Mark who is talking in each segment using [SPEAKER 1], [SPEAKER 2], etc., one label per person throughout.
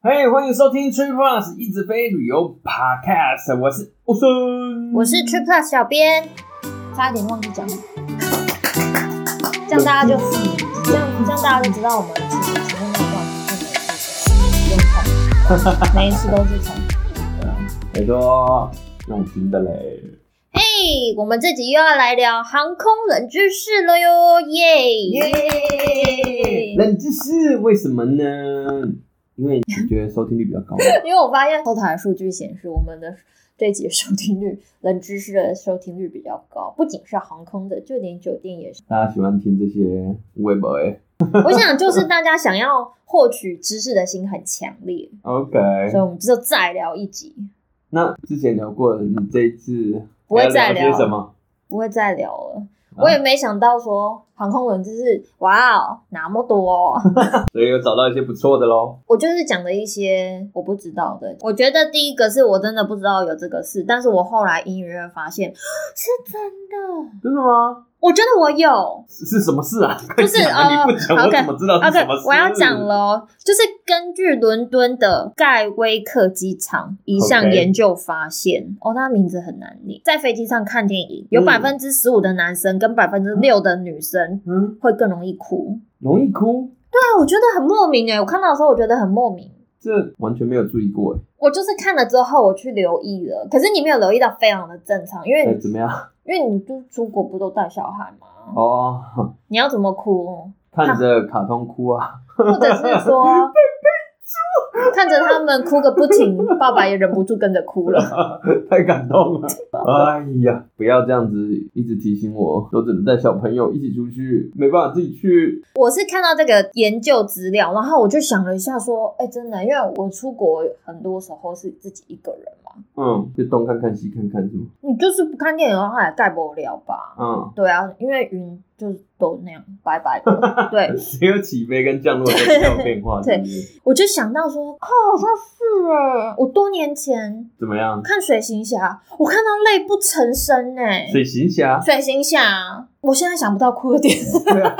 [SPEAKER 1] 嘿欢迎收听 Trip Plus 一直飞旅游 Podcast，我是欧森，
[SPEAKER 2] 我是 Trip Plus 小编，差点忘记讲了，这样大家就这样这样大家就知道我们其实前面那段是每一次都是重，每一次都是重。
[SPEAKER 1] 耳朵哎用听的嘞。
[SPEAKER 2] 嘿、哎我们这集又要来聊航空冷知识了哟，耶、
[SPEAKER 1] 冷知识为什么呢？因为你觉得收听率比较 高，
[SPEAKER 2] 因为我发现后台数据显示，我们的这集收听率冷知识的收听率比较高，不仅是航空的，就连酒店也是。
[SPEAKER 1] 大家喜欢听这些微博哎。
[SPEAKER 2] 我想就是大家想要获取知识的心很强烈，
[SPEAKER 1] OK，
[SPEAKER 2] 所以我们就再聊一集，
[SPEAKER 1] 那之前聊过了，你这一次
[SPEAKER 2] 不会再
[SPEAKER 1] 还要聊
[SPEAKER 2] 聊
[SPEAKER 1] 些什么？
[SPEAKER 2] 不会再聊了。
[SPEAKER 1] 啊
[SPEAKER 2] 我也没想到说航空文就是哇哦那么多哦、
[SPEAKER 1] 所以有找到一些不错的喽。
[SPEAKER 2] 我就是讲了一些我不知道的。我觉得第一个是我真的不知道有这个事，但是我后来隐隐约约发现 是真的。
[SPEAKER 1] 真的吗？
[SPEAKER 2] 我觉得我有，
[SPEAKER 1] 是是什么事啊？
[SPEAKER 2] 不是
[SPEAKER 1] 快讲啊
[SPEAKER 2] 呃
[SPEAKER 1] 你不讲我
[SPEAKER 2] OK，
[SPEAKER 1] 怎么知道是
[SPEAKER 2] OK，
[SPEAKER 1] 什么事？
[SPEAKER 2] 我要讲了哦，就是根据伦敦的盖威克机场一项
[SPEAKER 1] OK
[SPEAKER 2] 研究发现哦，他名字很难念，在飞机上看电影，有
[SPEAKER 1] 嗯
[SPEAKER 2] 百分之十五的男生跟百分之六的女生
[SPEAKER 1] 嗯，
[SPEAKER 2] 会更容易哭。
[SPEAKER 1] 容易哭，
[SPEAKER 2] 对，我觉得很莫名哎，我看到的时候我觉得很莫名。
[SPEAKER 1] 这完全没有注意过哎。
[SPEAKER 2] 我就是看了之后，我去留意了，可是你没有留意到，非常的正常，因为、
[SPEAKER 1] 哎，怎么样？
[SPEAKER 2] 因为你就出国不都带小孩吗？
[SPEAKER 1] 哦，
[SPEAKER 2] 你要怎么哭？
[SPEAKER 1] 看着卡通哭啊，
[SPEAKER 2] 或者是说看着他们哭个不停，爸爸也忍不住跟着哭了。
[SPEAKER 1] 太感动了。 哎呀，不要这样子，一直提醒我，都只能带小朋友一起出去，没办法自己去。
[SPEAKER 2] 我是看到这个研究资料，然后我就想了一下，说，哎、真的，因为我出国很多时候是自己一个人嘛，
[SPEAKER 1] 嗯，就东看看西看看是吗？
[SPEAKER 2] 你就是不看电影的话也盖不了吧？
[SPEAKER 1] 嗯，
[SPEAKER 2] 对啊，因为云就是都那样 白白的。对，
[SPEAKER 1] 只有起飞跟降落的这种变化，
[SPEAKER 2] 对
[SPEAKER 1] 是不是？
[SPEAKER 2] 我就想到说，靠，好像是哎，我多年前
[SPEAKER 1] 怎么样？
[SPEAKER 2] 看水行侠，我看到泪不成声哎。，
[SPEAKER 1] 水行侠
[SPEAKER 2] 水行侠，我现在想不到哭的点，
[SPEAKER 1] 对啊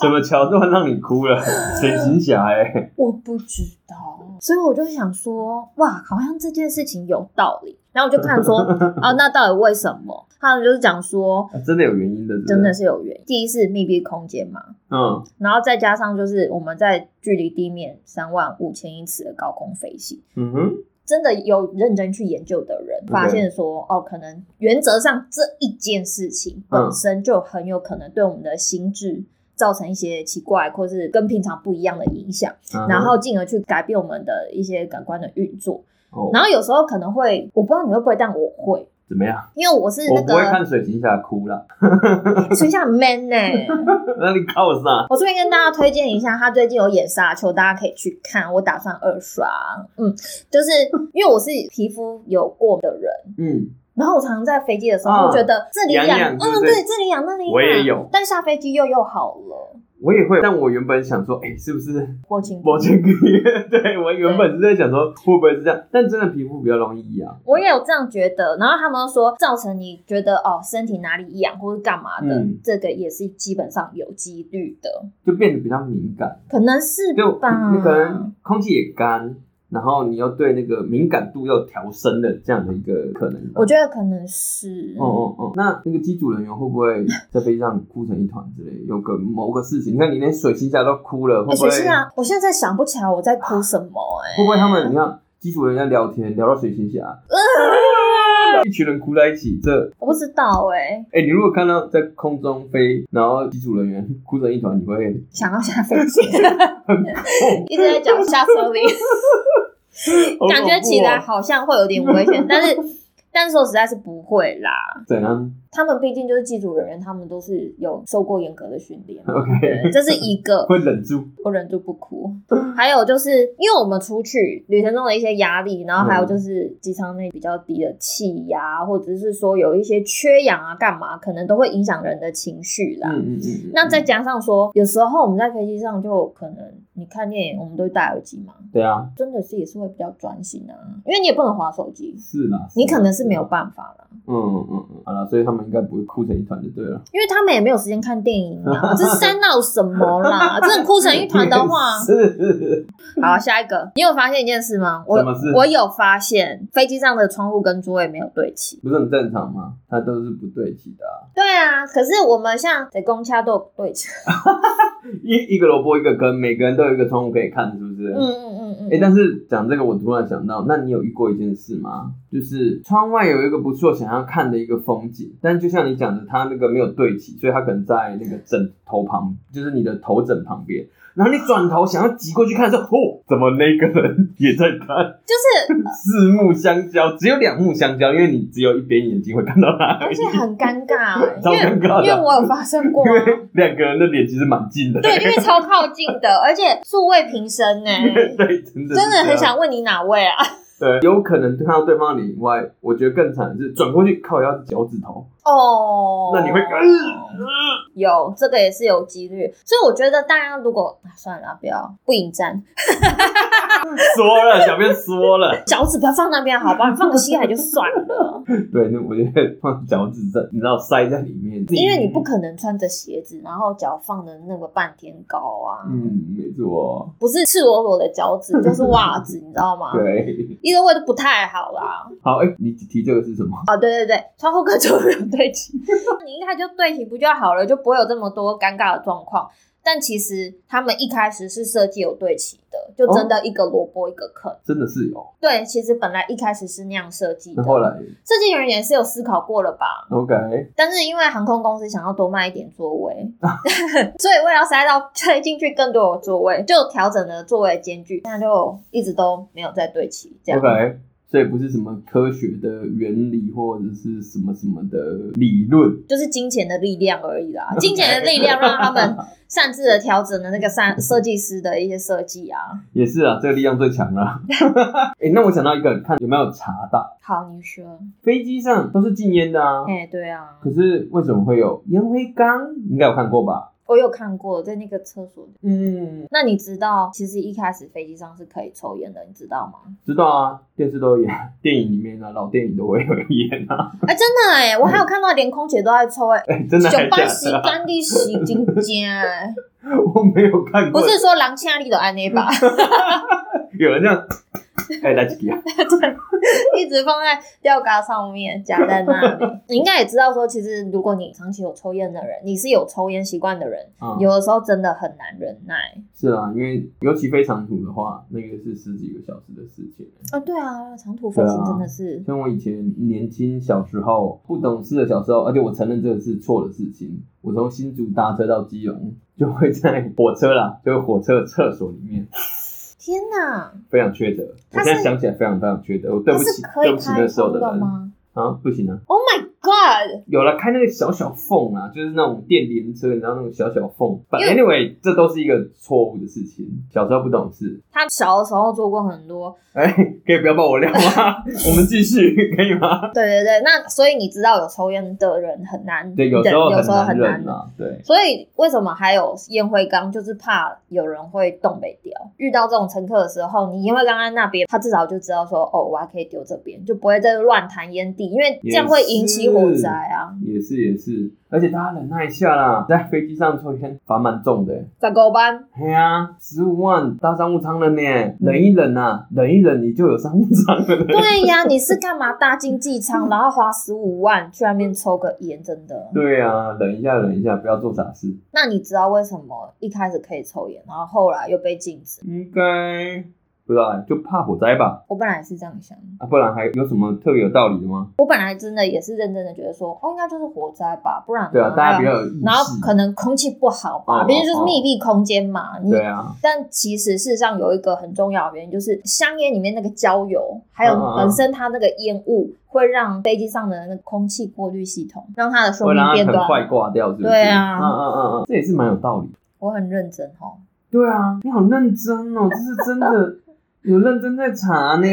[SPEAKER 1] 什么桥段让你哭了？水行侠，哎，
[SPEAKER 2] 我不知道，所以我就想说，哇，好像这件事情有道理。然后我就看说，哦，那到底为什么？他们就是讲说，
[SPEAKER 1] 真的有原因的，是不是
[SPEAKER 2] 真的，是有原因。第一是密闭空间嘛，
[SPEAKER 1] 嗯，
[SPEAKER 2] 然后再加上就是我们在距离地面三万五千英尺的高空飞行，
[SPEAKER 1] 嗯哼。
[SPEAKER 2] 真的有认真去研究的人发现说，哦，可能原则上这一件事情本身就很有可能对我们的心智造成一些奇怪或是跟平常不一样的影响，
[SPEAKER 1] 嗯哼
[SPEAKER 2] 然后进而去改变我们的一些感官的运作。
[SPEAKER 1] 哦
[SPEAKER 2] 然后有时候可能会，我不知道你会不会，但我会，
[SPEAKER 1] 怎么样？
[SPEAKER 2] 因为我是
[SPEAKER 1] 我
[SPEAKER 2] 那
[SPEAKER 1] 不会
[SPEAKER 2] 个
[SPEAKER 1] 看水行侠哭了，
[SPEAKER 2] 水下 man 呢、
[SPEAKER 1] 那你靠啥？
[SPEAKER 2] 我这边跟大家推荐一下，他最近有演《沙丘》，大家可以去看。我打算二刷，嗯，就是因为我是皮肤有过的人，
[SPEAKER 1] 嗯，
[SPEAKER 2] 然后我常常在飞机的时
[SPEAKER 1] 啊
[SPEAKER 2] 候会觉得这里
[SPEAKER 1] 痒痒
[SPEAKER 2] 痒，嗯，
[SPEAKER 1] 对不对
[SPEAKER 2] 对，这里痒，那里痒，
[SPEAKER 1] 我也有
[SPEAKER 2] 但下飞机又又好了。
[SPEAKER 1] 我也会，但我原本想说，哎、是不是
[SPEAKER 2] 我请，
[SPEAKER 1] 某前个月？ 对我原本是在想说，会不会是这样？但真的皮肤比较容易痒、
[SPEAKER 2] 我也有这样觉得。然后他们说，造成你觉得哦身体哪里痒或者干嘛的，
[SPEAKER 1] 嗯
[SPEAKER 2] 这个也是基本上有几率的，
[SPEAKER 1] 就变得比较敏感，
[SPEAKER 2] 可能是
[SPEAKER 1] 就
[SPEAKER 2] 吧。
[SPEAKER 1] 你可
[SPEAKER 2] 啊
[SPEAKER 1] 能空气也干，然后你又对那个敏感度又调升了，这样的一个可能吧。
[SPEAKER 2] 我觉得可能是，
[SPEAKER 1] 哦哦哦，那那个机组人员会不会在飞机上哭成一团之类？有个某个事情，你看你连水行侠都哭了，会
[SPEAKER 2] 哎
[SPEAKER 1] 不会？
[SPEAKER 2] 学生啊，我现在想不起来我在哭什么哎、
[SPEAKER 1] 会不会他们你看机组人在聊天，聊到水行侠，
[SPEAKER 2] 呃
[SPEAKER 1] 一群人哭在一起，这
[SPEAKER 2] 我不知道哎、
[SPEAKER 1] 哎、你如果看到在空中飞，然后机组人员哭成一团，你 会
[SPEAKER 2] 想要下飞 机， 一直在讲下车铃，
[SPEAKER 1] 好恐怖哦
[SPEAKER 2] 感觉起来好像会有点危 险，但是但是说实在是不会啦。
[SPEAKER 1] 怎样
[SPEAKER 2] 他们毕竟就是机组人员，他们都是有受过严格的训练嘛。
[SPEAKER 1] ？OK，
[SPEAKER 2] 对，这是一 个
[SPEAKER 1] 会忍住，
[SPEAKER 2] 我忍住不 哭。还有就是因为我们出去旅程中的一些压力，然后还有就是机舱内比较低的气压，或者是说有一些缺氧啊，干嘛可能都会影响人的情绪啦。
[SPEAKER 1] 嗯嗯嗯。
[SPEAKER 2] 啊那再
[SPEAKER 1] 嗯
[SPEAKER 2] 加上说，有时候我们在飞机上就可能你看电影，我们都戴耳机嘛，
[SPEAKER 1] 对啊，
[SPEAKER 2] 真的是也是会比较专心啊，因为你也不能划手机，
[SPEAKER 1] 是啦，是啦
[SPEAKER 2] 你可能是啊没有办法了，
[SPEAKER 1] 嗯嗯嗯嗯，好了，所以他们应该不会哭成一团就对了。
[SPEAKER 2] 因为他们也没有时间看电影 啊，这是在闹什么 啦？啊真的哭成一团的话，
[SPEAKER 1] 是，
[SPEAKER 2] 好，下一个，你有发现一件事吗？我
[SPEAKER 1] 什么事
[SPEAKER 2] 我有发现飞机上的窗户跟座位没有对齐。
[SPEAKER 1] 不是很正常吗？它都是不对齐的啊、
[SPEAKER 2] 对啊，可是我们像在公车都有对齐。
[SPEAKER 1] 一一个萝卜一个坑，每个人都有一个窗户可以看，是不是？
[SPEAKER 2] 嗯嗯嗯
[SPEAKER 1] 哎、
[SPEAKER 2] 嗯。
[SPEAKER 1] 但是讲这个，我突然想到，那你有遇过一件事吗？就是窗外有一个不错想要看的一个风景，但就像你讲的，它那个没有对齐，所以它可能在那个枕头旁，就是你的头枕旁边。然后你转头想要挤过去看的时候，哦，怎么那个人也在看？
[SPEAKER 2] 就是
[SPEAKER 1] 四目相交，只有两目相交，因为你只有一边眼睛会看到他而
[SPEAKER 2] 而
[SPEAKER 1] 已，
[SPEAKER 2] 且很尴尬、欸，
[SPEAKER 1] 超尴尬的
[SPEAKER 2] 因为因为我有发生过、
[SPEAKER 1] 因
[SPEAKER 2] 啊，
[SPEAKER 1] 为两个人的脸其实蛮近的。
[SPEAKER 2] 对，因为超靠近的，而且素未平生呢、
[SPEAKER 1] 对，真的是
[SPEAKER 2] 真的
[SPEAKER 1] 这
[SPEAKER 2] 很
[SPEAKER 1] 样
[SPEAKER 2] 想问你哪位啊？
[SPEAKER 1] 对，有可能看到对方的脸以外，我觉得更惨的是转过去靠腰脚趾头，
[SPEAKER 2] 哦，
[SPEAKER 1] 那你会呃
[SPEAKER 2] 有这个也是有几率，所以我觉得大家如果、啊、算了啊，不要不迎战，
[SPEAKER 1] 说了，小编说了，
[SPEAKER 2] 脚趾不要放那边好吧，你放个膝盖就算了，
[SPEAKER 1] 对，那我觉得放脚趾在，你知道塞在里面，
[SPEAKER 2] 因为你不可能穿着鞋子，然后脚放的那个半天高啊，
[SPEAKER 1] 嗯，没错，
[SPEAKER 2] 不是赤裸裸的脚趾就是袜子，你知道吗？
[SPEAKER 1] 对，
[SPEAKER 2] 一个位都不太好啦。
[SPEAKER 1] 好，哎、你提这个是什么？
[SPEAKER 2] 哦，对对对，窗户跟窗户没有对齐， 你一开始就对齐不就好了，就不会有这么多尴尬的状况。但其实他们一开始是设计有对齐的，就真
[SPEAKER 1] 哦
[SPEAKER 2] 的一个萝卜一个坑。
[SPEAKER 1] 真的是有，
[SPEAKER 2] 对，其实本来一开始是那样设计的
[SPEAKER 1] 那，后来
[SPEAKER 2] 设计人也是有思考过了吧？
[SPEAKER 1] ，OK，
[SPEAKER 2] 但是因为航空公司想要多卖一点 座位，所以为了塞到塞进去更多的座位，就调整了座位的间距，那就一直都没有再对齐这样。
[SPEAKER 1] OK，所以不是什么科学的原理或者是什么什么的理论，
[SPEAKER 2] 就是金钱的力量而已 啦，金钱的力量让他们擅自的调整了那个设设计师的一些设计啊。
[SPEAKER 1] 也是啊，这 个力量最强了。哎、那我想到一个，看有没有查到，
[SPEAKER 2] 好，你说，
[SPEAKER 1] 飞机上都是禁烟的啊。
[SPEAKER 2] 哎、对啊，
[SPEAKER 1] 可是为什么会有烟灰缸？你应该有看过吧？
[SPEAKER 2] 我有看过在那个厕所里。
[SPEAKER 1] 嗯，
[SPEAKER 2] 那你知道，其实一开始飞机上是可以抽烟的，你知道吗？
[SPEAKER 1] 知道啊，电视都有演， 电影里面啊，老电影都会有演啊。
[SPEAKER 2] 哎、真的哎、我还有看到连空姐都在抽哎、
[SPEAKER 1] 哎、真的还
[SPEAKER 2] 酒
[SPEAKER 1] 假
[SPEAKER 2] 吧洗
[SPEAKER 1] 的啊、
[SPEAKER 2] 干地洗金家哎，
[SPEAKER 1] 我没有看过，
[SPEAKER 2] 不是说狼恰力的安 内吧？
[SPEAKER 1] 有人这样， 哎、来几啊？
[SPEAKER 2] 一直放在吊嘎上面夹在那里。你应该也知道说，其实如果你长期有抽烟的人，你是有抽烟习惯的人，
[SPEAKER 1] 嗯
[SPEAKER 2] 有的时候真的很难忍耐
[SPEAKER 1] 是啊，因为尤其非常途的话，那个是十几个小时的事情。
[SPEAKER 2] 啊。对啊，长途飞行真的是，
[SPEAKER 1] 像我以前年轻小时候不懂事的小时候，而且我承认这个是错的事情。我从新竹搭车到基隆，就会在火车啦，就是火车的厕所里面，
[SPEAKER 2] 天哪！
[SPEAKER 1] 非常缺德。我
[SPEAKER 2] 它是
[SPEAKER 1] 现在想起来非常非常缺德，我对
[SPEAKER 2] 它
[SPEAKER 1] 不
[SPEAKER 2] 是
[SPEAKER 1] 起，
[SPEAKER 2] 可
[SPEAKER 1] 对
[SPEAKER 2] 以
[SPEAKER 1] 不起那
[SPEAKER 2] 开
[SPEAKER 1] 时候
[SPEAKER 2] 通
[SPEAKER 1] 的
[SPEAKER 2] 的
[SPEAKER 1] 人
[SPEAKER 2] 吗
[SPEAKER 1] 啊，不行啊，
[SPEAKER 2] ？Oh my god！
[SPEAKER 1] 有了开那个小小缝啊，就是那种电联车，你知道那种小小缝。But
[SPEAKER 2] 因为
[SPEAKER 1] anyway，这都是一个错误的事情，小时候不懂事。
[SPEAKER 2] 他小的时候做过很多，
[SPEAKER 1] 哎、可以不要爆我料 吗？我们继续，可以吗？
[SPEAKER 2] 对对对。那所以你知道有抽烟的人很难忍，
[SPEAKER 1] 对，有时候
[SPEAKER 2] 有
[SPEAKER 1] 很
[SPEAKER 2] 时候
[SPEAKER 1] 难
[SPEAKER 2] 很难
[SPEAKER 1] 忍
[SPEAKER 2] 忍。
[SPEAKER 1] 啊，对。
[SPEAKER 2] 所以为什么还有烟灰缸？就是怕有人会动北掉。遇到这种乘客的时候，你烟灰缸在那边，他至少就知道说，哦，我还可以丢这边，就不会再乱弹烟蒂，因为这样会引起火灾啊。
[SPEAKER 1] 也是也是，而且大家忍耐一下啦，在飞机上抽烟罚蛮重的、欸。
[SPEAKER 2] 在狗班，
[SPEAKER 1] 嘿啊，十五万搭商务舱了呢，忍一忍啊，忍一忍你就有商务舱了 呢。
[SPEAKER 2] 对呀，你是干嘛搭经济舱，然后花十五万去外面抽个烟？真的？
[SPEAKER 1] 对啊，忍一下忍一下，不要做傻事。
[SPEAKER 2] 那你知道为什么一开始可以抽烟，然后后来又被禁止？
[SPEAKER 1] 应该不知道欸，就怕火灾吧？
[SPEAKER 2] 我本来也是这样想的，
[SPEAKER 1] 啊，不然还有什么特别有道理的吗？
[SPEAKER 2] 我本来真的也是认真的觉得说，哦，应该就是火灾吧，不然呢
[SPEAKER 1] 对啊，大家
[SPEAKER 2] 还
[SPEAKER 1] 比
[SPEAKER 2] 有
[SPEAKER 1] 较有意识。
[SPEAKER 2] 然后可能空气不好
[SPEAKER 1] 哦
[SPEAKER 2] 吧，毕竟就是密闭空间嘛。你
[SPEAKER 1] 对啊，
[SPEAKER 2] 但其实事实上有一个很重要的原因，就是香烟里面那个焦油，还有
[SPEAKER 1] 嗯嗯嗯
[SPEAKER 2] 本身它那个烟雾，会让飞机上的那个空气过滤系统让它的寿
[SPEAKER 1] 会
[SPEAKER 2] 命
[SPEAKER 1] 让它
[SPEAKER 2] 变
[SPEAKER 1] 很快
[SPEAKER 2] 短。
[SPEAKER 1] 挂掉，是不是？
[SPEAKER 2] 对啊
[SPEAKER 1] 嗯嗯嗯嗯，这也是蛮有道理的。
[SPEAKER 2] 我很认真哦，
[SPEAKER 1] 对啊，你好认真哦，这是真 的有认真在查呢。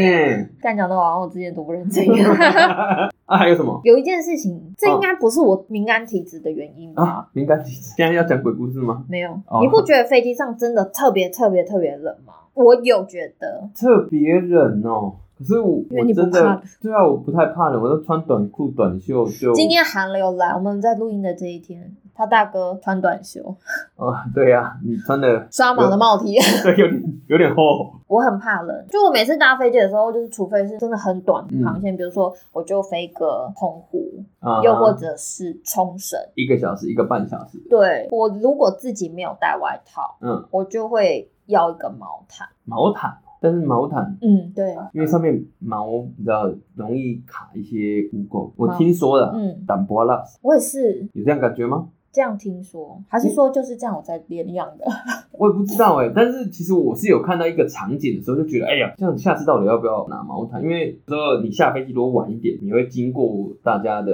[SPEAKER 2] 干讲的完，我之前都不认真一 样。
[SPEAKER 1] 啊，还有什么
[SPEAKER 2] 有一件事情，这应该不是我敏感体质的原因
[SPEAKER 1] 哦
[SPEAKER 2] 吧？
[SPEAKER 1] 啊？敏感体质，现在要讲鬼故事吗？
[SPEAKER 2] 没有，
[SPEAKER 1] 哦
[SPEAKER 2] 你不觉得飞机上真的特别特别特别冷吗？我有觉得，
[SPEAKER 1] 特别冷哦，可是我
[SPEAKER 2] 因为
[SPEAKER 1] 我
[SPEAKER 2] 你不
[SPEAKER 1] 真
[SPEAKER 2] 怕
[SPEAKER 1] 的对啊，我不太怕冷，我都穿短裤短袖就
[SPEAKER 2] 今天寒流来，我们在录音的这一天，他大哥穿短袖，
[SPEAKER 1] 啊、对啊，你穿的
[SPEAKER 2] 刷毛的帽 T，
[SPEAKER 1] 对有点有点厚，
[SPEAKER 2] 我很怕冷。就我每次搭飞机的时候，就是除非是真的很短的
[SPEAKER 1] 嗯
[SPEAKER 2] 航线，比如说我就飞个澎湖，
[SPEAKER 1] 啊、
[SPEAKER 2] 又或者是冲绳。
[SPEAKER 1] 一个小时一个半小时，
[SPEAKER 2] 对我如果自己没有带外套，
[SPEAKER 1] 嗯，
[SPEAKER 2] 我就会要一个毛毯。
[SPEAKER 1] 毛毯，但是毛毯。
[SPEAKER 2] 嗯，对，
[SPEAKER 1] 因为上面毛你知道容易卡一些污垢，我
[SPEAKER 2] 毛
[SPEAKER 1] 听说的，
[SPEAKER 2] 嗯
[SPEAKER 1] 胆薄蜡
[SPEAKER 2] 我也是
[SPEAKER 1] 有这样感觉吗？
[SPEAKER 2] 这样听说，还
[SPEAKER 1] 嗯
[SPEAKER 2] 是说就是这样我在练样的？
[SPEAKER 1] 我也不知道哎、但是其实我是有看到一个场景的时候，就觉得哎呀，这样下次到底要不要拿毛毯？因为有时候你下飞机如果晚一点，你会经过大家的，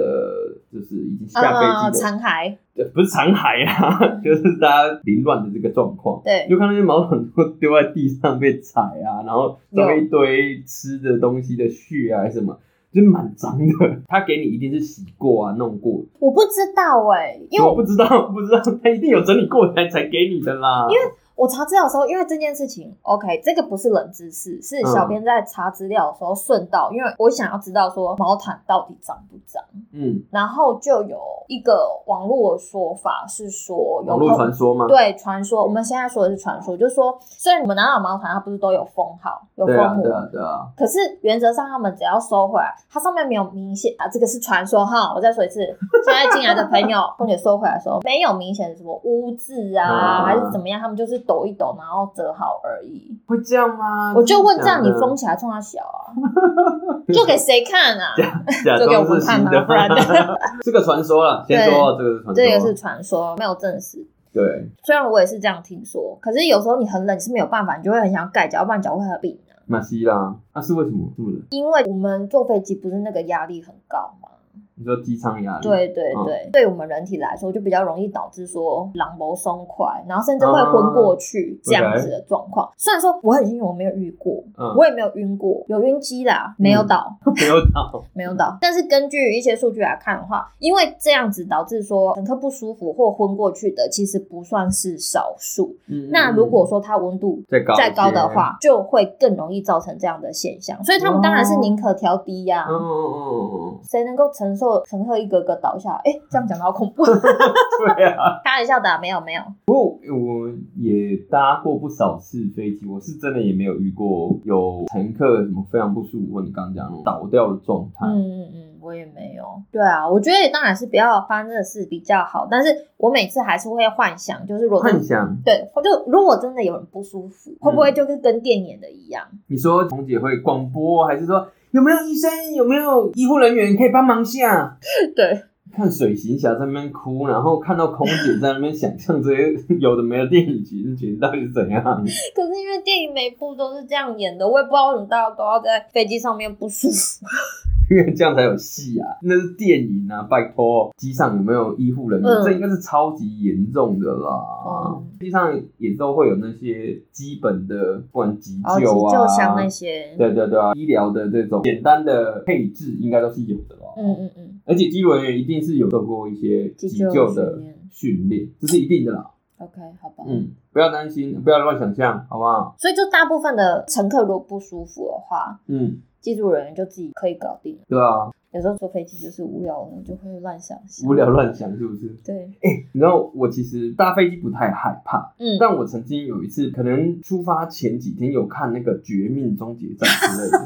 [SPEAKER 1] 就是已经下 飞机的，
[SPEAKER 2] 啊残骸，
[SPEAKER 1] 对不是残骸啊， 就是大家凌乱的这个状况。
[SPEAKER 2] 对
[SPEAKER 1] 你就看那些毛毯都丢在地上被踩啊，然后上面一堆吃的东西的屑啊还是什么，就是蛮脏的。他给你一定是洗过啊，弄过，
[SPEAKER 2] 我不知道哎、因为
[SPEAKER 1] 我
[SPEAKER 2] 我
[SPEAKER 1] 不知道，不知道他一定有整理过才才给你的啦。因为
[SPEAKER 2] 我查资料的时候，因为这件事情，OK，这个不是冷知识，是
[SPEAKER 1] 嗯
[SPEAKER 2] 小编在查资料的时候顺道，因为我想要知道说毛毯到底脏不脏，
[SPEAKER 1] 嗯，
[SPEAKER 2] 然后就有一个网络的说法是说有
[SPEAKER 1] 网络
[SPEAKER 2] 空
[SPEAKER 1] 传说吗？
[SPEAKER 2] 对，传说我们现在说的是传说，就是说，虽然我们拿到的毛毯，它不是都有封号、有封
[SPEAKER 1] 对啊，
[SPEAKER 2] 膜，
[SPEAKER 1] 对啊，对啊，
[SPEAKER 2] 可是原则上他们只要收回来，它上面没有明显啊，这个是传说哈。我再说一次，现在进来的朋友，空姐收回来的时候没有明显的什么污渍啊，
[SPEAKER 1] 啊
[SPEAKER 2] 还是怎么样，他们就是抖一抖，然后折好而已。
[SPEAKER 1] 会这样吗？
[SPEAKER 2] 我就问这
[SPEAKER 1] 假
[SPEAKER 2] 样，
[SPEAKER 1] 的
[SPEAKER 2] 你封起来冲他小啊？就给谁看啊？
[SPEAKER 1] 假
[SPEAKER 2] 就给我
[SPEAKER 1] 装
[SPEAKER 2] 们
[SPEAKER 1] 是
[SPEAKER 2] 看
[SPEAKER 1] 新
[SPEAKER 2] 啊，
[SPEAKER 1] 的，
[SPEAKER 2] 不然的
[SPEAKER 1] 这个传说了，先说这个传说，
[SPEAKER 2] 这个是传说，没有证实。
[SPEAKER 1] 对，
[SPEAKER 2] 虽然我也是这样听说，可是有时候你很冷，你是没有办法，你就会很想盖脚，不然脚会很冰啊。
[SPEAKER 1] 马西啦，那、是为什么？是不是？
[SPEAKER 2] 因为我们坐飞机不是那个压力很高嘛，
[SPEAKER 1] 你说机舱压力，
[SPEAKER 2] 对对
[SPEAKER 1] 嗯
[SPEAKER 2] 对，对我们人体来说就比较容易导致说狼膜松快，然后甚至会
[SPEAKER 1] 啊
[SPEAKER 2] 昏过去、这样子的状况。虽然说我很幸运我没有遇过，
[SPEAKER 1] 嗯
[SPEAKER 2] 我也没有晕过，有晕机啦，没有倒，
[SPEAKER 1] 没有到，
[SPEAKER 2] 没有倒。但是根据一些数据来看的话，因为这样子导致说乘客不舒服或昏过去的，其实不算是少数。
[SPEAKER 1] 嗯
[SPEAKER 2] 那如果说它温度
[SPEAKER 1] 再高
[SPEAKER 2] 再高
[SPEAKER 1] 一
[SPEAKER 2] 的
[SPEAKER 1] 些，
[SPEAKER 2] 话，就会更容易造成这样的现象。所以他们当然是宁可调低呀、
[SPEAKER 1] 哦嗯嗯嗯嗯
[SPEAKER 2] 谁能够承受乘客一个个倒下来？哎、这样讲到恐怖，
[SPEAKER 1] 嗯，对啊，
[SPEAKER 2] 开玩笑的啊、没有没有。
[SPEAKER 1] 我也搭过不少次飞机，我是真的也没有遇过有乘客什么非常不舒服，或你刚刚讲那种倒掉的状态，
[SPEAKER 2] 嗯嗯嗯，我也没有。对啊，我觉得当然是不要发生这事比较好，但是我每次还是会幻想，嗯就是如果真
[SPEAKER 1] 幻
[SPEAKER 2] 的
[SPEAKER 1] 想。
[SPEAKER 2] 对，就如果真的有人不舒服，会不会就是跟电影的一样？
[SPEAKER 1] 你说红姐会广播，还是说有没有医生、有没有医护人员可以帮忙下？
[SPEAKER 2] 对，
[SPEAKER 1] 看水行侠在那边哭，然后看到空姐在那边想象这些有的没的电影情节到底是怎样？
[SPEAKER 2] 可是因为电影每部都是这样演的，我也不知道为什么大家都要在飞机上面不舒服。
[SPEAKER 1] 因为这样才有戏啊！那是电影啊，拜托，机上有没有医护人员？
[SPEAKER 2] 嗯
[SPEAKER 1] 这应该是超级严重的啦
[SPEAKER 2] 嗯。
[SPEAKER 1] 机、上也都会有那些基本的，不管急
[SPEAKER 2] 然后哦急
[SPEAKER 1] 救啊，
[SPEAKER 2] 救箱那些，
[SPEAKER 1] 对对对啊，医疗的这种简单的配置应该都是有的啦。
[SPEAKER 2] 嗯嗯嗯，
[SPEAKER 1] 而且机务人员一定是有受过一些急救的
[SPEAKER 2] 嗯
[SPEAKER 1] 训练，这是一定的啦。
[SPEAKER 2] ，OK，好吧。
[SPEAKER 1] 嗯，不要担心，不要乱想象，好不好？
[SPEAKER 2] 所以就大部分的乘客如果不舒服的话，
[SPEAKER 1] 嗯，
[SPEAKER 2] 技术人员就自己可以搞定了。
[SPEAKER 1] 对啊，
[SPEAKER 2] 有时候坐飞机就是无聊了，就会乱想想。
[SPEAKER 1] 无聊。乱想是不是？
[SPEAKER 2] 对，
[SPEAKER 1] 你知道我其实搭飞机不太害怕，
[SPEAKER 2] 嗯，
[SPEAKER 1] 但我曾经有一次，可能出发前几天有看那个《绝命终结战》之类 的，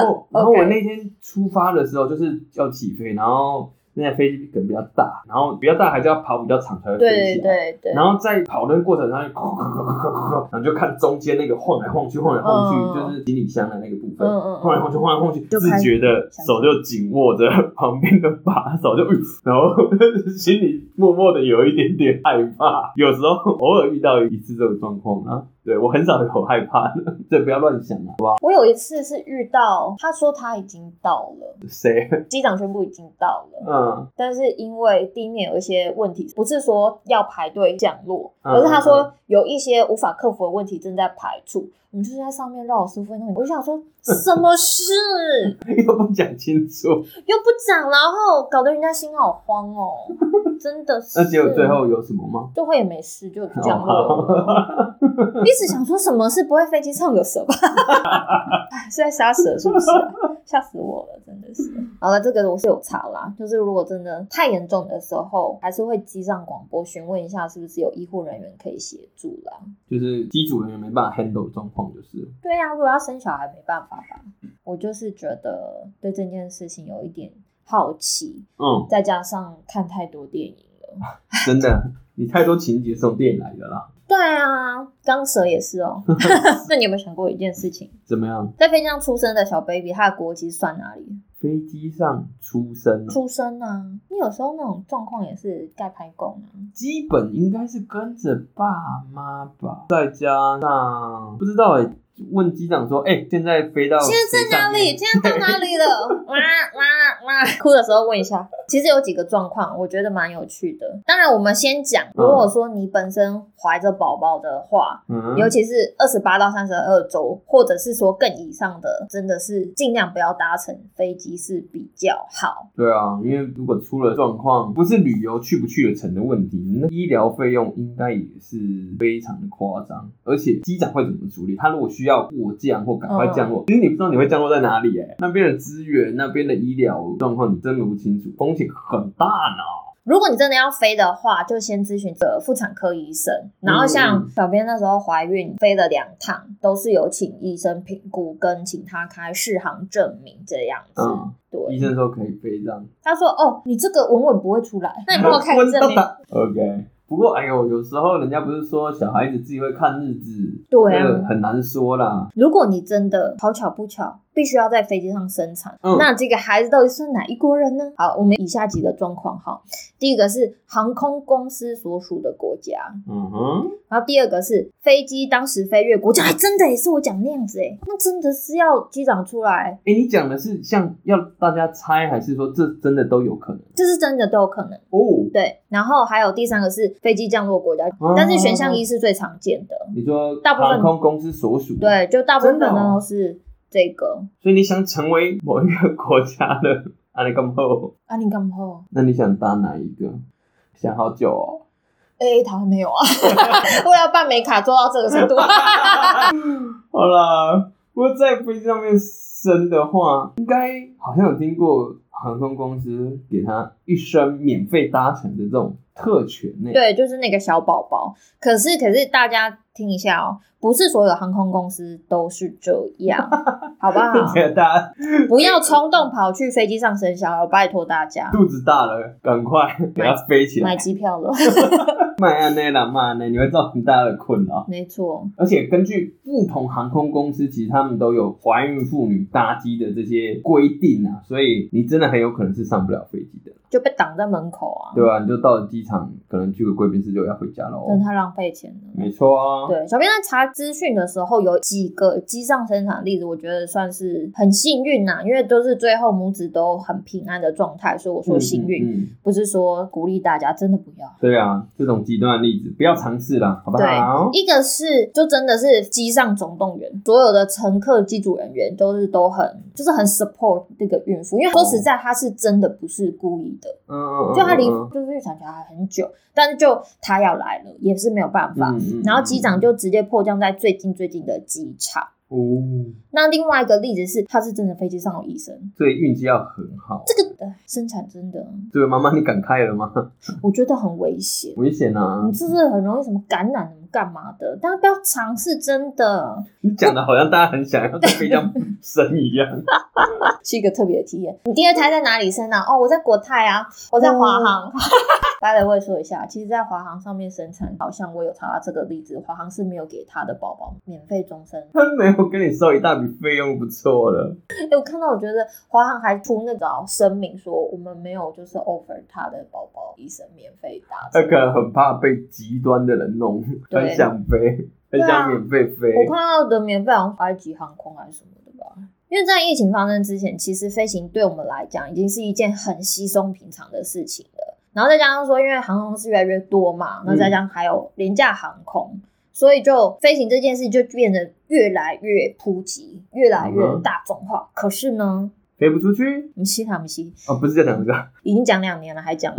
[SPEAKER 1] 然后然后
[SPEAKER 2] OK
[SPEAKER 1] 我那天出发的时候就是要起飞，然后那台飞机可能比较大，然后比较大还是要跑比较长才会飞
[SPEAKER 2] 对
[SPEAKER 1] 起来。
[SPEAKER 2] 对对，
[SPEAKER 1] 然后在跑的过程上，然后就看中间那个晃来晃去、晃来晃去，
[SPEAKER 2] 嗯
[SPEAKER 1] 就是行李箱的那个部分，
[SPEAKER 2] 嗯嗯嗯
[SPEAKER 1] 晃来晃去、晃来晃去，
[SPEAKER 2] 就
[SPEAKER 1] 自
[SPEAKER 2] 开始
[SPEAKER 1] 觉的
[SPEAKER 2] 想
[SPEAKER 1] 手就紧握 着旁边的把手，就、嗯然后 心里默默的有一点点害怕。有时候偶尔遇到一次这种状况啊，对我很少有害怕的， 对，不要乱想啊，
[SPEAKER 2] 我有一次是遇到，他说他已经到了，
[SPEAKER 1] 谁？
[SPEAKER 2] 机长宣布已经到了。
[SPEAKER 1] 嗯，
[SPEAKER 2] 但是因为地面有一些问题，不是说要排队降落，
[SPEAKER 1] 嗯
[SPEAKER 2] 而是他说有一些无法克服的问题正在排除。我们就是在上面绕了十五分钟，我就想 说什么事？
[SPEAKER 1] 又不讲清楚，
[SPEAKER 2] 又不涨，然后搞得人家心好慌哦，真的是。
[SPEAKER 1] 那结果最后有什么吗？
[SPEAKER 2] 最后也没事，就降落
[SPEAKER 1] 哦
[SPEAKER 2] 了。一直想说什么是不会飞机上有蛇吧？哎，是在杀蛇是不是啊、吓死我了，真的是。好了，这个我是有查啦，就是如果真的太严重的时候，还是会机上广播询问一下是不是有医护人员可以协助啦。
[SPEAKER 1] 就是机组人员没办法 handle 的状况，就是了
[SPEAKER 2] 对啊，如果要生小孩没办法吧，我就是觉得对这件事情有一点好奇，
[SPEAKER 1] 嗯，
[SPEAKER 2] 再加上看太多电影了。
[SPEAKER 1] 真的，你太多情节是从电影来的啦。
[SPEAKER 2] 对啊，钢蛇也是哦。 那你有没有想过一件事情？
[SPEAKER 1] 怎么样？
[SPEAKER 2] 在飞机上出生的小 baby，他的国籍是算哪里？
[SPEAKER 1] 飞机上出生哦、
[SPEAKER 2] 出生啊！你有时候那种状况也是盖拍供啊。
[SPEAKER 1] 基本应该是跟着爸妈吧，再加上不知道哎、问机长说，哎、现在飞到
[SPEAKER 2] 现在在哪
[SPEAKER 1] 飞上
[SPEAKER 2] 里？
[SPEAKER 1] 面
[SPEAKER 2] 现在到哪里了？哇哇哇！哭的时候问一下。其实有几个状况，我觉得蛮有趣的。当然，我们先讲，如果说你本身怀着宝宝的话。
[SPEAKER 1] 嗯，
[SPEAKER 2] 尤其是二十八到三十二周，或者是说更以上的，真的是尽量不要搭乘飞机是比较好。
[SPEAKER 1] 对啊，因为如果出了状况，不是旅游去不去得成的问题，那医疗费用应该也是非常的夸张。而且机长会怎么处理？他如果需要过降或赶快降
[SPEAKER 2] 哦
[SPEAKER 1] 落，其实你不知道你会降落在哪里、欸，那边的资源、那边的医疗状况你真的不清楚，风险很大呢。
[SPEAKER 2] 如果你真的要飞的话，就先咨询这个妇产科医
[SPEAKER 1] 嗯
[SPEAKER 2] 生。然后像小编那时候怀孕飞了两趟，都是有请医生评估跟请他开适航证明这样子。
[SPEAKER 1] 嗯医
[SPEAKER 2] 对，
[SPEAKER 1] 生说可以飞这样
[SPEAKER 2] 他说哦，你这个稳稳不会出
[SPEAKER 1] 嗯
[SPEAKER 2] 来，那你帮我看个证明。
[SPEAKER 1] ，OK。不过哎呦，有时候人家不是说小孩子自己会看日子，
[SPEAKER 2] 对啊
[SPEAKER 1] 这个很难说啦。
[SPEAKER 2] 如果你真的好巧不巧，必须要在飞机上生产，
[SPEAKER 1] 嗯
[SPEAKER 2] 那这个孩子到底算哪一国人呢？好，我们以下几个状况哈。第一个是航空公司所属的国家，
[SPEAKER 1] 嗯哼，
[SPEAKER 2] 然后第二个是飞机当时飞越国家，哎，真的也是我讲那样子哎，那真的是要机长出来，
[SPEAKER 1] 哎，你讲的是像要大家猜，还是说这真的都有可能？
[SPEAKER 2] 这是真的都有可能。
[SPEAKER 1] 哦，
[SPEAKER 2] 对，然后还有第三个是飞机降落国家，
[SPEAKER 1] 哦
[SPEAKER 2] 但是选项一是最常见的，
[SPEAKER 1] 你说
[SPEAKER 2] 大部分
[SPEAKER 1] 航空公司所属，，
[SPEAKER 2] 对，就大部分
[SPEAKER 1] 真的哦
[SPEAKER 2] 都是这个。
[SPEAKER 1] 所以你想成为某一个国家的 阿里干后，
[SPEAKER 2] 啊，你干嘛哦
[SPEAKER 1] 那你想当哪一个？想好久哦。
[SPEAKER 2] ？A A 台湾没有 啊，为了办美卡做到这个程度，啊
[SPEAKER 1] 好啦，不过在飞机上面生的话，应该好像有听过航空公司给他一生免费搭乘的这种特权呢、
[SPEAKER 2] 对，啊就是那个小宝宝。可是，可是大家听一下哦，不是所有航空公司都是这样，好不 好？
[SPEAKER 1] 觉得大家
[SPEAKER 2] 不要冲动跑去飞机上生小孩，拜托大家
[SPEAKER 1] 肚子大了，赶快给它飞起
[SPEAKER 2] 买
[SPEAKER 1] 来。
[SPEAKER 2] 机 票了。
[SPEAKER 1] 卖安内啦，卖安内，你会造成大家的困扰。
[SPEAKER 2] 没错，
[SPEAKER 1] 而且根据不同航空公司，其实他们都有怀孕妇女搭机的这些规定啊，所以你真的很有可能是上不了飞机的，
[SPEAKER 2] 就被挡在门口啊，
[SPEAKER 1] 对吧、你就到了机场，可能去个贵宾室就要回家喽。
[SPEAKER 2] 真的太浪费钱了。
[SPEAKER 1] 没错啊，，
[SPEAKER 2] 对，小编在查资讯的时候，有几个机上生产例子，我觉得算是很幸运呐、因为都是最后母子都很平安的状态，所以我说幸
[SPEAKER 1] 嗯
[SPEAKER 2] 运，
[SPEAKER 1] 嗯嗯
[SPEAKER 2] 不是说鼓励大家，真的不要。
[SPEAKER 1] 对啊，这种极端的例子不要尝试啦，好不好？
[SPEAKER 2] 一个是就真的是机上总动员，所有的乘客、机组人员都是都很就是很 support 这个孕妇，因为说实在，她是真的不是故意的，
[SPEAKER 1] 嗯嗯，嗯
[SPEAKER 2] 就她离
[SPEAKER 1] 嗯
[SPEAKER 2] 就是预产期还很久，但是就她要来了，也是没有办法。
[SPEAKER 1] 嗯嗯
[SPEAKER 2] 然后机长就直接迫降在最近最近的机场。
[SPEAKER 1] 哦，
[SPEAKER 2] 那另外一个例子是，她是真的飞机上有医生，
[SPEAKER 1] 所以运气要很好。
[SPEAKER 2] 这个、呃、生产真的
[SPEAKER 1] 对，妈妈，你敢开了吗？
[SPEAKER 2] 我觉得很危险。
[SPEAKER 1] 危险啊
[SPEAKER 2] 你！是不是很容易什么感染、什么干嘛的？大家不要尝试，真的。
[SPEAKER 1] 你讲的好像大家很想要在飞机上生一样。
[SPEAKER 2] 是一个特别的体验。你第二胎在哪里生啊？哦，我在国泰啊，我在华
[SPEAKER 1] 哦
[SPEAKER 2] 航。拜了，我也说一下，其实，在华航上面生产，好像我有查到这个例子，华航是没有给他的宝宝免费终身。
[SPEAKER 1] 他没有跟你收一大笔费用，不错了。
[SPEAKER 2] 哎、我看到，我觉得华航还出那个啊声明说，我们没有就是 offer 他的宝宝医生免费打
[SPEAKER 1] 他
[SPEAKER 2] 针。
[SPEAKER 1] 可能很怕被极端的人弄，
[SPEAKER 2] 对
[SPEAKER 1] 很想飞，很
[SPEAKER 2] 对啊
[SPEAKER 1] 想免费飞。
[SPEAKER 2] 我看到的免费好像埃及航空还是什么的吧。因为在疫情发生之前，其实飞行对我们来讲已经是一件很稀松平常的事情了。然后再加上说，因为航空公司越来越多嘛，那再加上还有廉价航空，所以就飞行这件事就变得越来越普及，越来越大众化。可是呢，
[SPEAKER 1] 飞不出去
[SPEAKER 2] 你吸他们吸，
[SPEAKER 1] 哦，不是在讲这个，
[SPEAKER 2] 已经讲两年了，还讲，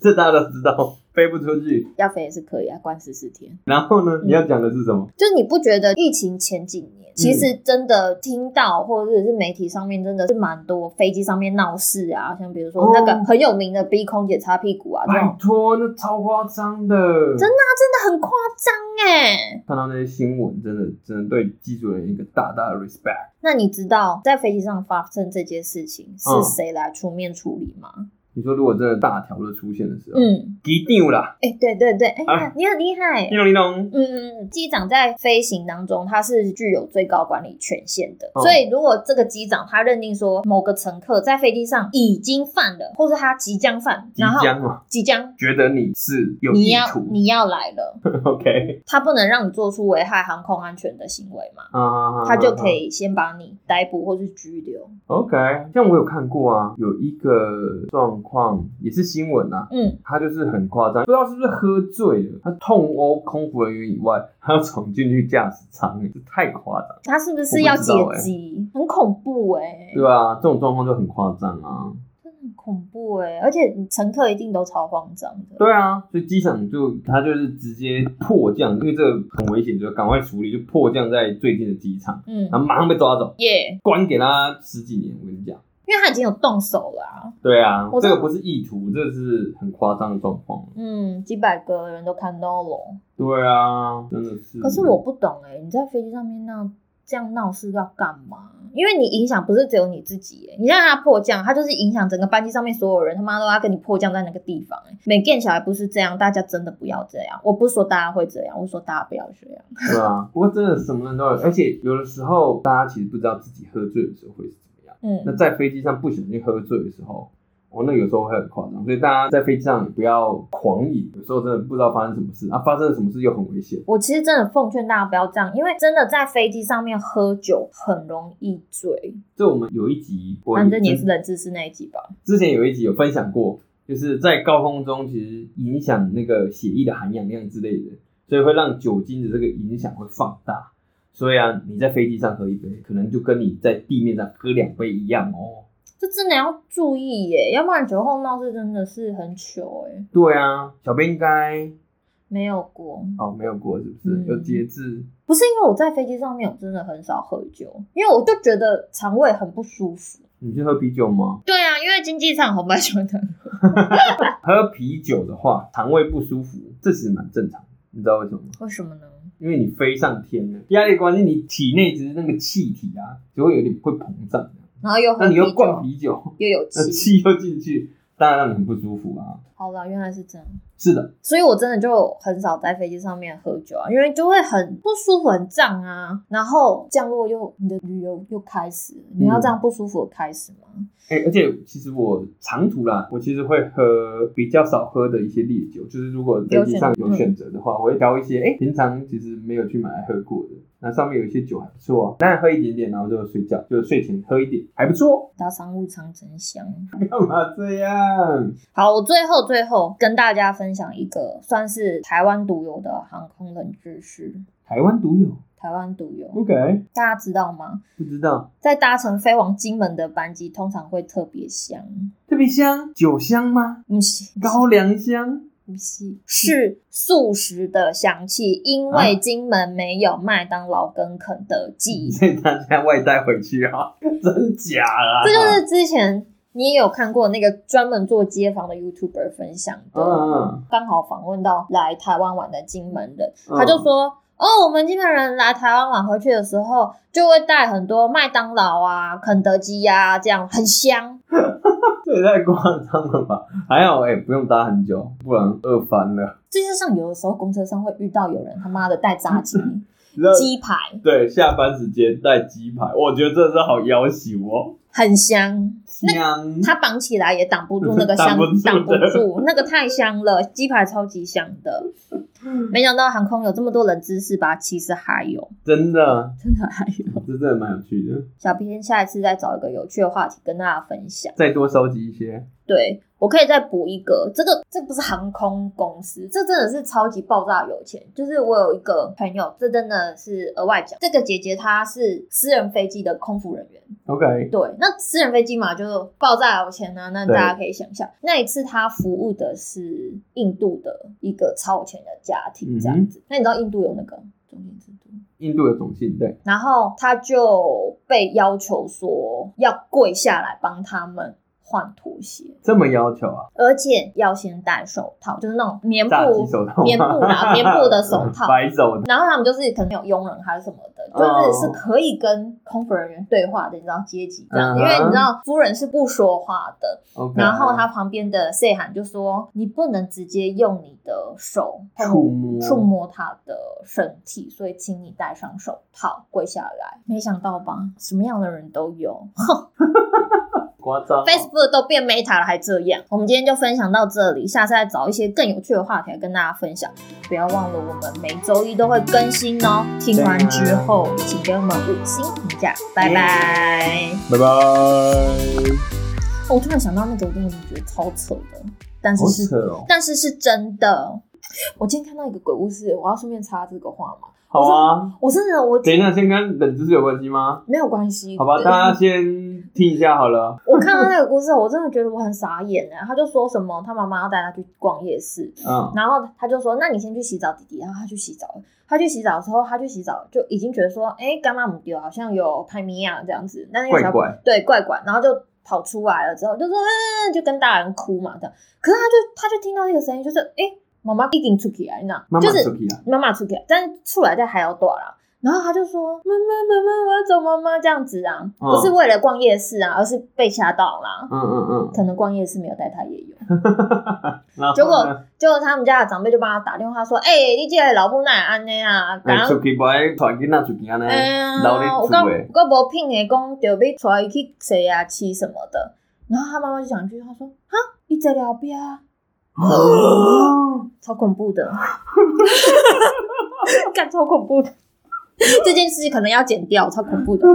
[SPEAKER 1] 这大家都知道，飞不出去。
[SPEAKER 2] 要飞也是可以啊，关十四天。
[SPEAKER 1] 然后呢，你要讲的是什么？
[SPEAKER 2] 就是你不觉得疫情前几年，
[SPEAKER 1] 嗯
[SPEAKER 2] 其实真的听到或者是媒体上面真的是蛮多飞机上面闹事啊，像比如说那
[SPEAKER 1] 哦哎
[SPEAKER 2] 个很有名的逼空姐擦屁股啊，这种
[SPEAKER 1] 拜托，那超夸张的，
[SPEAKER 2] 真真的很夸张哎。
[SPEAKER 1] 看到那些新闻，真的真的对技术人员一个大大的 respect。
[SPEAKER 2] 那你知道在飞机上发生这件事情
[SPEAKER 1] 嗯
[SPEAKER 2] 是谁来出面处理吗？
[SPEAKER 1] 你说如果真的大条的出现的时候，
[SPEAKER 2] 嗯，
[SPEAKER 1] 一定啦，
[SPEAKER 2] 哎、对对对，哎、
[SPEAKER 1] 啊
[SPEAKER 2] 你很厉害。
[SPEAKER 1] 叮咚叮咚，
[SPEAKER 2] 嗯嗯，嗯，机长在飞行当中，他是具有最高管理权限的，
[SPEAKER 1] 哦
[SPEAKER 2] 所以如果这个机长他认定说某个乘客在飞机上已经犯了，或是他即将犯，
[SPEAKER 1] 即
[SPEAKER 2] 然后
[SPEAKER 1] 将嘛，
[SPEAKER 2] 即将
[SPEAKER 1] 觉得你是有
[SPEAKER 2] 你
[SPEAKER 1] 意
[SPEAKER 2] 要
[SPEAKER 1] 图
[SPEAKER 2] 你要来了，
[SPEAKER 1] ，OK，
[SPEAKER 2] 他不能让你做出危害航空安全的行为嘛，
[SPEAKER 1] 啊，
[SPEAKER 2] 他就可
[SPEAKER 1] 以。
[SPEAKER 2] 以先把你逮捕或是拘留。
[SPEAKER 1] OK，像我有看过啊，有一个状况也是新闻啊，
[SPEAKER 2] 嗯，
[SPEAKER 1] 他就是很夸张，不知道是不是喝醉了，他痛殴空服人员以外，还要闯进去驾驶舱，欸这太夸张，
[SPEAKER 2] 他是不是要解
[SPEAKER 1] 我不知道
[SPEAKER 2] 机？很恐怖哎、
[SPEAKER 1] 欸对啊吧、这种状况就很夸张啊，
[SPEAKER 2] 真的很恐怖哎、而且乘客一定都超慌张的。
[SPEAKER 1] 对啊，所以机场就他就是直接迫降，因为这个很危险，就赶快处理，就迫降在最近的机场，
[SPEAKER 2] 嗯，
[SPEAKER 1] 然后马上被抓走，
[SPEAKER 2] 耶
[SPEAKER 1] 关给他十几年，我跟你讲。
[SPEAKER 2] 因为他已经有动手了、啊。
[SPEAKER 1] 对啊，
[SPEAKER 2] 我
[SPEAKER 1] 这
[SPEAKER 2] 知道
[SPEAKER 1] 个不是意图，这是很夸张的状况。
[SPEAKER 2] 嗯，几百个人都看到了。
[SPEAKER 1] 对啊，真的是。
[SPEAKER 2] 可是我不懂哎、你在飞机上面那样这样闹事要干嘛？因为你影响不是只有你自己、欸，你让他迫降，他就是影响整个班机上面所有人，他妈都要跟你迫降在那个地方、欸。每件小孩不是这样，大家真的不要这样。我不是说大家会这样，我说大家不要这样。
[SPEAKER 1] 对啊，不过真的什么人都有，而且有的时候大家其实不知道自己喝醉的时候会是怎么样。那
[SPEAKER 2] 嗯，
[SPEAKER 1] 在飞机上不小心喝醉的时候，哦，那有时候会很夸张，所以大家在飞机上也不要狂饮，有时候真的不知道发生什么事啊，发生了什么事又很危险。
[SPEAKER 2] 我其实真的奉劝大家不要这样，因为真的在飞机上面喝酒很容易醉。
[SPEAKER 1] 这我们有一集，我
[SPEAKER 2] 反正你也是冷知识那一集吧。
[SPEAKER 1] 之前有一集有分享过，就是在高空中其实影响那个血液的含氧量之类的，所以会让酒精的这个影响会放大。所以啊，你在飞机上喝一杯，可能就跟你在地面上喝两杯一样哦。
[SPEAKER 2] 这真的要注意耶，要不然酒后闹事真的是很糗哎，
[SPEAKER 1] 对啊，小编应该
[SPEAKER 2] 没有过。
[SPEAKER 1] 哦没有过是不是？
[SPEAKER 2] 嗯
[SPEAKER 1] 有节制
[SPEAKER 2] 不是因为我在飞机上面，我真的很少喝酒，因为我就觉得肠胃很不舒服。
[SPEAKER 1] 你去喝啤酒吗？
[SPEAKER 2] 对啊，因为经济舱红白酒的，
[SPEAKER 1] 喝啤酒的话，肠胃不舒服，这其实蛮正常的。你知道为什么吗？
[SPEAKER 2] 为什么呢？
[SPEAKER 1] 因为你飞上天了，压力的关系，你体内只是那个气体啊，就会有点会膨胀。
[SPEAKER 2] 然后又喝
[SPEAKER 1] 那你
[SPEAKER 2] 啤
[SPEAKER 1] 又灌
[SPEAKER 2] 酒，
[SPEAKER 1] 哦啤酒，
[SPEAKER 2] 又有
[SPEAKER 1] 那
[SPEAKER 2] 气。
[SPEAKER 1] 气又进去，当然让你很不舒服啊。
[SPEAKER 2] 好了，原来是这样。
[SPEAKER 1] 是的，
[SPEAKER 2] 所以我真的就很少在飞机上面喝酒啊，因为就会很不舒服、很胀啊，然后降落又你的旅游又开始了，你要这
[SPEAKER 1] 嗯
[SPEAKER 2] 样不舒服的开始吗？
[SPEAKER 1] 哎、而且其实我长途啦，我其实会喝比较少喝的一些烈酒，就是如果飞机上有选择的话，我会挑一些哎、平常其实没有去买来喝过的。那上面有一些酒还不错啊，当然喝一点点，然后就睡觉，就睡前喝一点，还不错。
[SPEAKER 2] 搭商务舱真香。
[SPEAKER 1] 干嘛哦这样？
[SPEAKER 2] 好，我最后最后跟大家分享一个算是台湾独有的航空冷知识，
[SPEAKER 1] 台湾独有
[SPEAKER 2] 台湾独有，
[SPEAKER 1] ，OK，
[SPEAKER 2] 大家知道吗？
[SPEAKER 1] 不知道。
[SPEAKER 2] 在搭乘飞往金门的班机，通常会特别香，
[SPEAKER 1] 特别香，酒香吗？
[SPEAKER 2] 不是
[SPEAKER 1] 高粱香？
[SPEAKER 2] 不嗯是是素食的香气，因为金门没有麦当劳跟肯德基，
[SPEAKER 1] 所以大家外带回去啊？ 真假啊？
[SPEAKER 2] 这就是之前。你也有看过那个专门做街访的 YouTuber 分享的，
[SPEAKER 1] 嗯，
[SPEAKER 2] 刚好访问到来台湾玩的金门人，
[SPEAKER 1] 嗯
[SPEAKER 2] 他就说：“哦，我们金门人来台湾玩回去的时候，就会带很多麦当劳啊、肯德基呀、啊，这样很香。
[SPEAKER 1] 这也太夸张了吧？还好哎、不用搭很久，不然饿翻了。
[SPEAKER 2] 这就像有的时候公车上会遇到有人他妈的带炸鸡、
[SPEAKER 1] 你知道
[SPEAKER 2] 鸡排，
[SPEAKER 1] 对，下班时间带鸡排，我觉得这是好要求哦，
[SPEAKER 2] 很香。
[SPEAKER 1] 香。
[SPEAKER 2] 它绑起来也挡不住那 个
[SPEAKER 1] 挡
[SPEAKER 2] 香
[SPEAKER 1] 不住，
[SPEAKER 2] 挡不
[SPEAKER 1] 的
[SPEAKER 2] 住，那个太香了，鸡排超级香的。没想到航空有这么多冷知识吧？其实还有，
[SPEAKER 1] 真的，
[SPEAKER 2] 真的还有。
[SPEAKER 1] 这真的蛮有趣的。
[SPEAKER 2] 小编下一次再找一个有趣的话题跟大家分享。
[SPEAKER 1] 再多收集一些，
[SPEAKER 2] 对，我可以再补一个，这个这不是航空公司，这真的是超级爆炸有钱。就是我有一个朋友，这真的是额外讲，这个姐姐她是私人飞机的空服人员，
[SPEAKER 1] OK，
[SPEAKER 2] 对，那私人飞机嘛，就爆炸有钱啊，那
[SPEAKER 1] 对
[SPEAKER 2] 大家可以想象，那一次他服务的是印度的一个超有钱的家
[SPEAKER 1] 嗯
[SPEAKER 2] 庭，这样子。那你知道印度有那个中心制度？
[SPEAKER 1] 印度的种姓对，
[SPEAKER 2] 然后他就被要求说要跪下来帮他们换拖鞋，
[SPEAKER 1] 这么要求啊？
[SPEAKER 2] 而且要先戴手套，就是那种棉布
[SPEAKER 1] 炸鸡手套吗，
[SPEAKER 2] 棉布啦，棉布的手 套。
[SPEAKER 1] 白手套
[SPEAKER 2] 然后他们就是可能有佣人还是什么的，
[SPEAKER 1] 哦
[SPEAKER 2] 就是是可以跟空服人员对话的，你知道阶级这样
[SPEAKER 1] 嗯哼嗯
[SPEAKER 2] 因为你知道夫人是不说话的。
[SPEAKER 1] ，OK。
[SPEAKER 2] 然后他旁边的 C 喊就说：“你不能直接用你的手
[SPEAKER 1] 触摸
[SPEAKER 2] 触摸他的身体，所以请你戴上手套，跪下来。”没想到吧，什么样的人都有。
[SPEAKER 1] 夸张哦
[SPEAKER 2] Facebook 都变 Meta 了，还这样。我们今天就分享到这里，下次再找一些更有趣的话题来跟大家分享。不要忘了，我们每周一都会更新哦。听完之
[SPEAKER 1] 啊
[SPEAKER 2] 后，请给我们五星评价，拜拜。
[SPEAKER 1] 拜拜。
[SPEAKER 2] 哦我突然想到那个，我真的觉得超扯的，但是
[SPEAKER 1] 好
[SPEAKER 2] 是
[SPEAKER 1] 扯哦，
[SPEAKER 2] 但是是真的。我今天看到一个鬼故事，我要顺便插这个话嘛。
[SPEAKER 1] 好啊。
[SPEAKER 2] 我真的我
[SPEAKER 1] 等一下，先跟冷知识有关系吗？
[SPEAKER 2] 没有关系，
[SPEAKER 1] 好吧，
[SPEAKER 2] 对
[SPEAKER 1] 大家先听一下好了。
[SPEAKER 2] 我看到那个故事，我真的觉得我很傻眼哎、他就说什么，他妈妈要带他去逛夜市，
[SPEAKER 1] 嗯，
[SPEAKER 2] 然后他就说：“那你先去洗澡，弟弟。”然后他去洗澡了。他去洗澡的时候，他去洗澡就已经觉得说：“哎，干妈母丢好像有拍米亚这样子。”但那个
[SPEAKER 1] 怪
[SPEAKER 2] 小
[SPEAKER 1] 怪
[SPEAKER 2] 对怪怪，然后就跑出来了之后就说：“嗯，就跟大人哭嘛这样。”可是他就他就听到那个声音，就是哎，诶妈妈一定出去啊来那，
[SPEAKER 1] 妈
[SPEAKER 2] 就
[SPEAKER 1] 妈
[SPEAKER 2] 是
[SPEAKER 1] 手皮啊，
[SPEAKER 2] 妈妈出去了，但是出来在还要多啦。然后他就说：“妈妈，妈妈，我要找妈妈。”这样子啊，
[SPEAKER 1] 嗯
[SPEAKER 2] 不是为了逛夜市啊，而是被吓到啦。
[SPEAKER 1] 嗯嗯
[SPEAKER 2] 可能逛夜市没有带他也有。
[SPEAKER 1] 嗯。然后
[SPEAKER 2] 结果
[SPEAKER 1] 呢
[SPEAKER 2] 结果他们家的长辈就帮他打电话说：“哎、你这个老母奶安尼啊，
[SPEAKER 1] 哎，
[SPEAKER 2] 讲，
[SPEAKER 1] 手皮不爱传囡仔手皮啊呢，
[SPEAKER 2] 哎呀，
[SPEAKER 1] 老咧
[SPEAKER 2] 我
[SPEAKER 1] 煮
[SPEAKER 2] 讲
[SPEAKER 1] 诶，
[SPEAKER 2] 我无品的讲，就要带伊去谁啊吃什么的。”然后他妈妈就讲一句，他说：“哈，你坐了后边啊，呃 超恐怖的，干超恐怖的，这件事情可能要剪掉，超恐怖的。”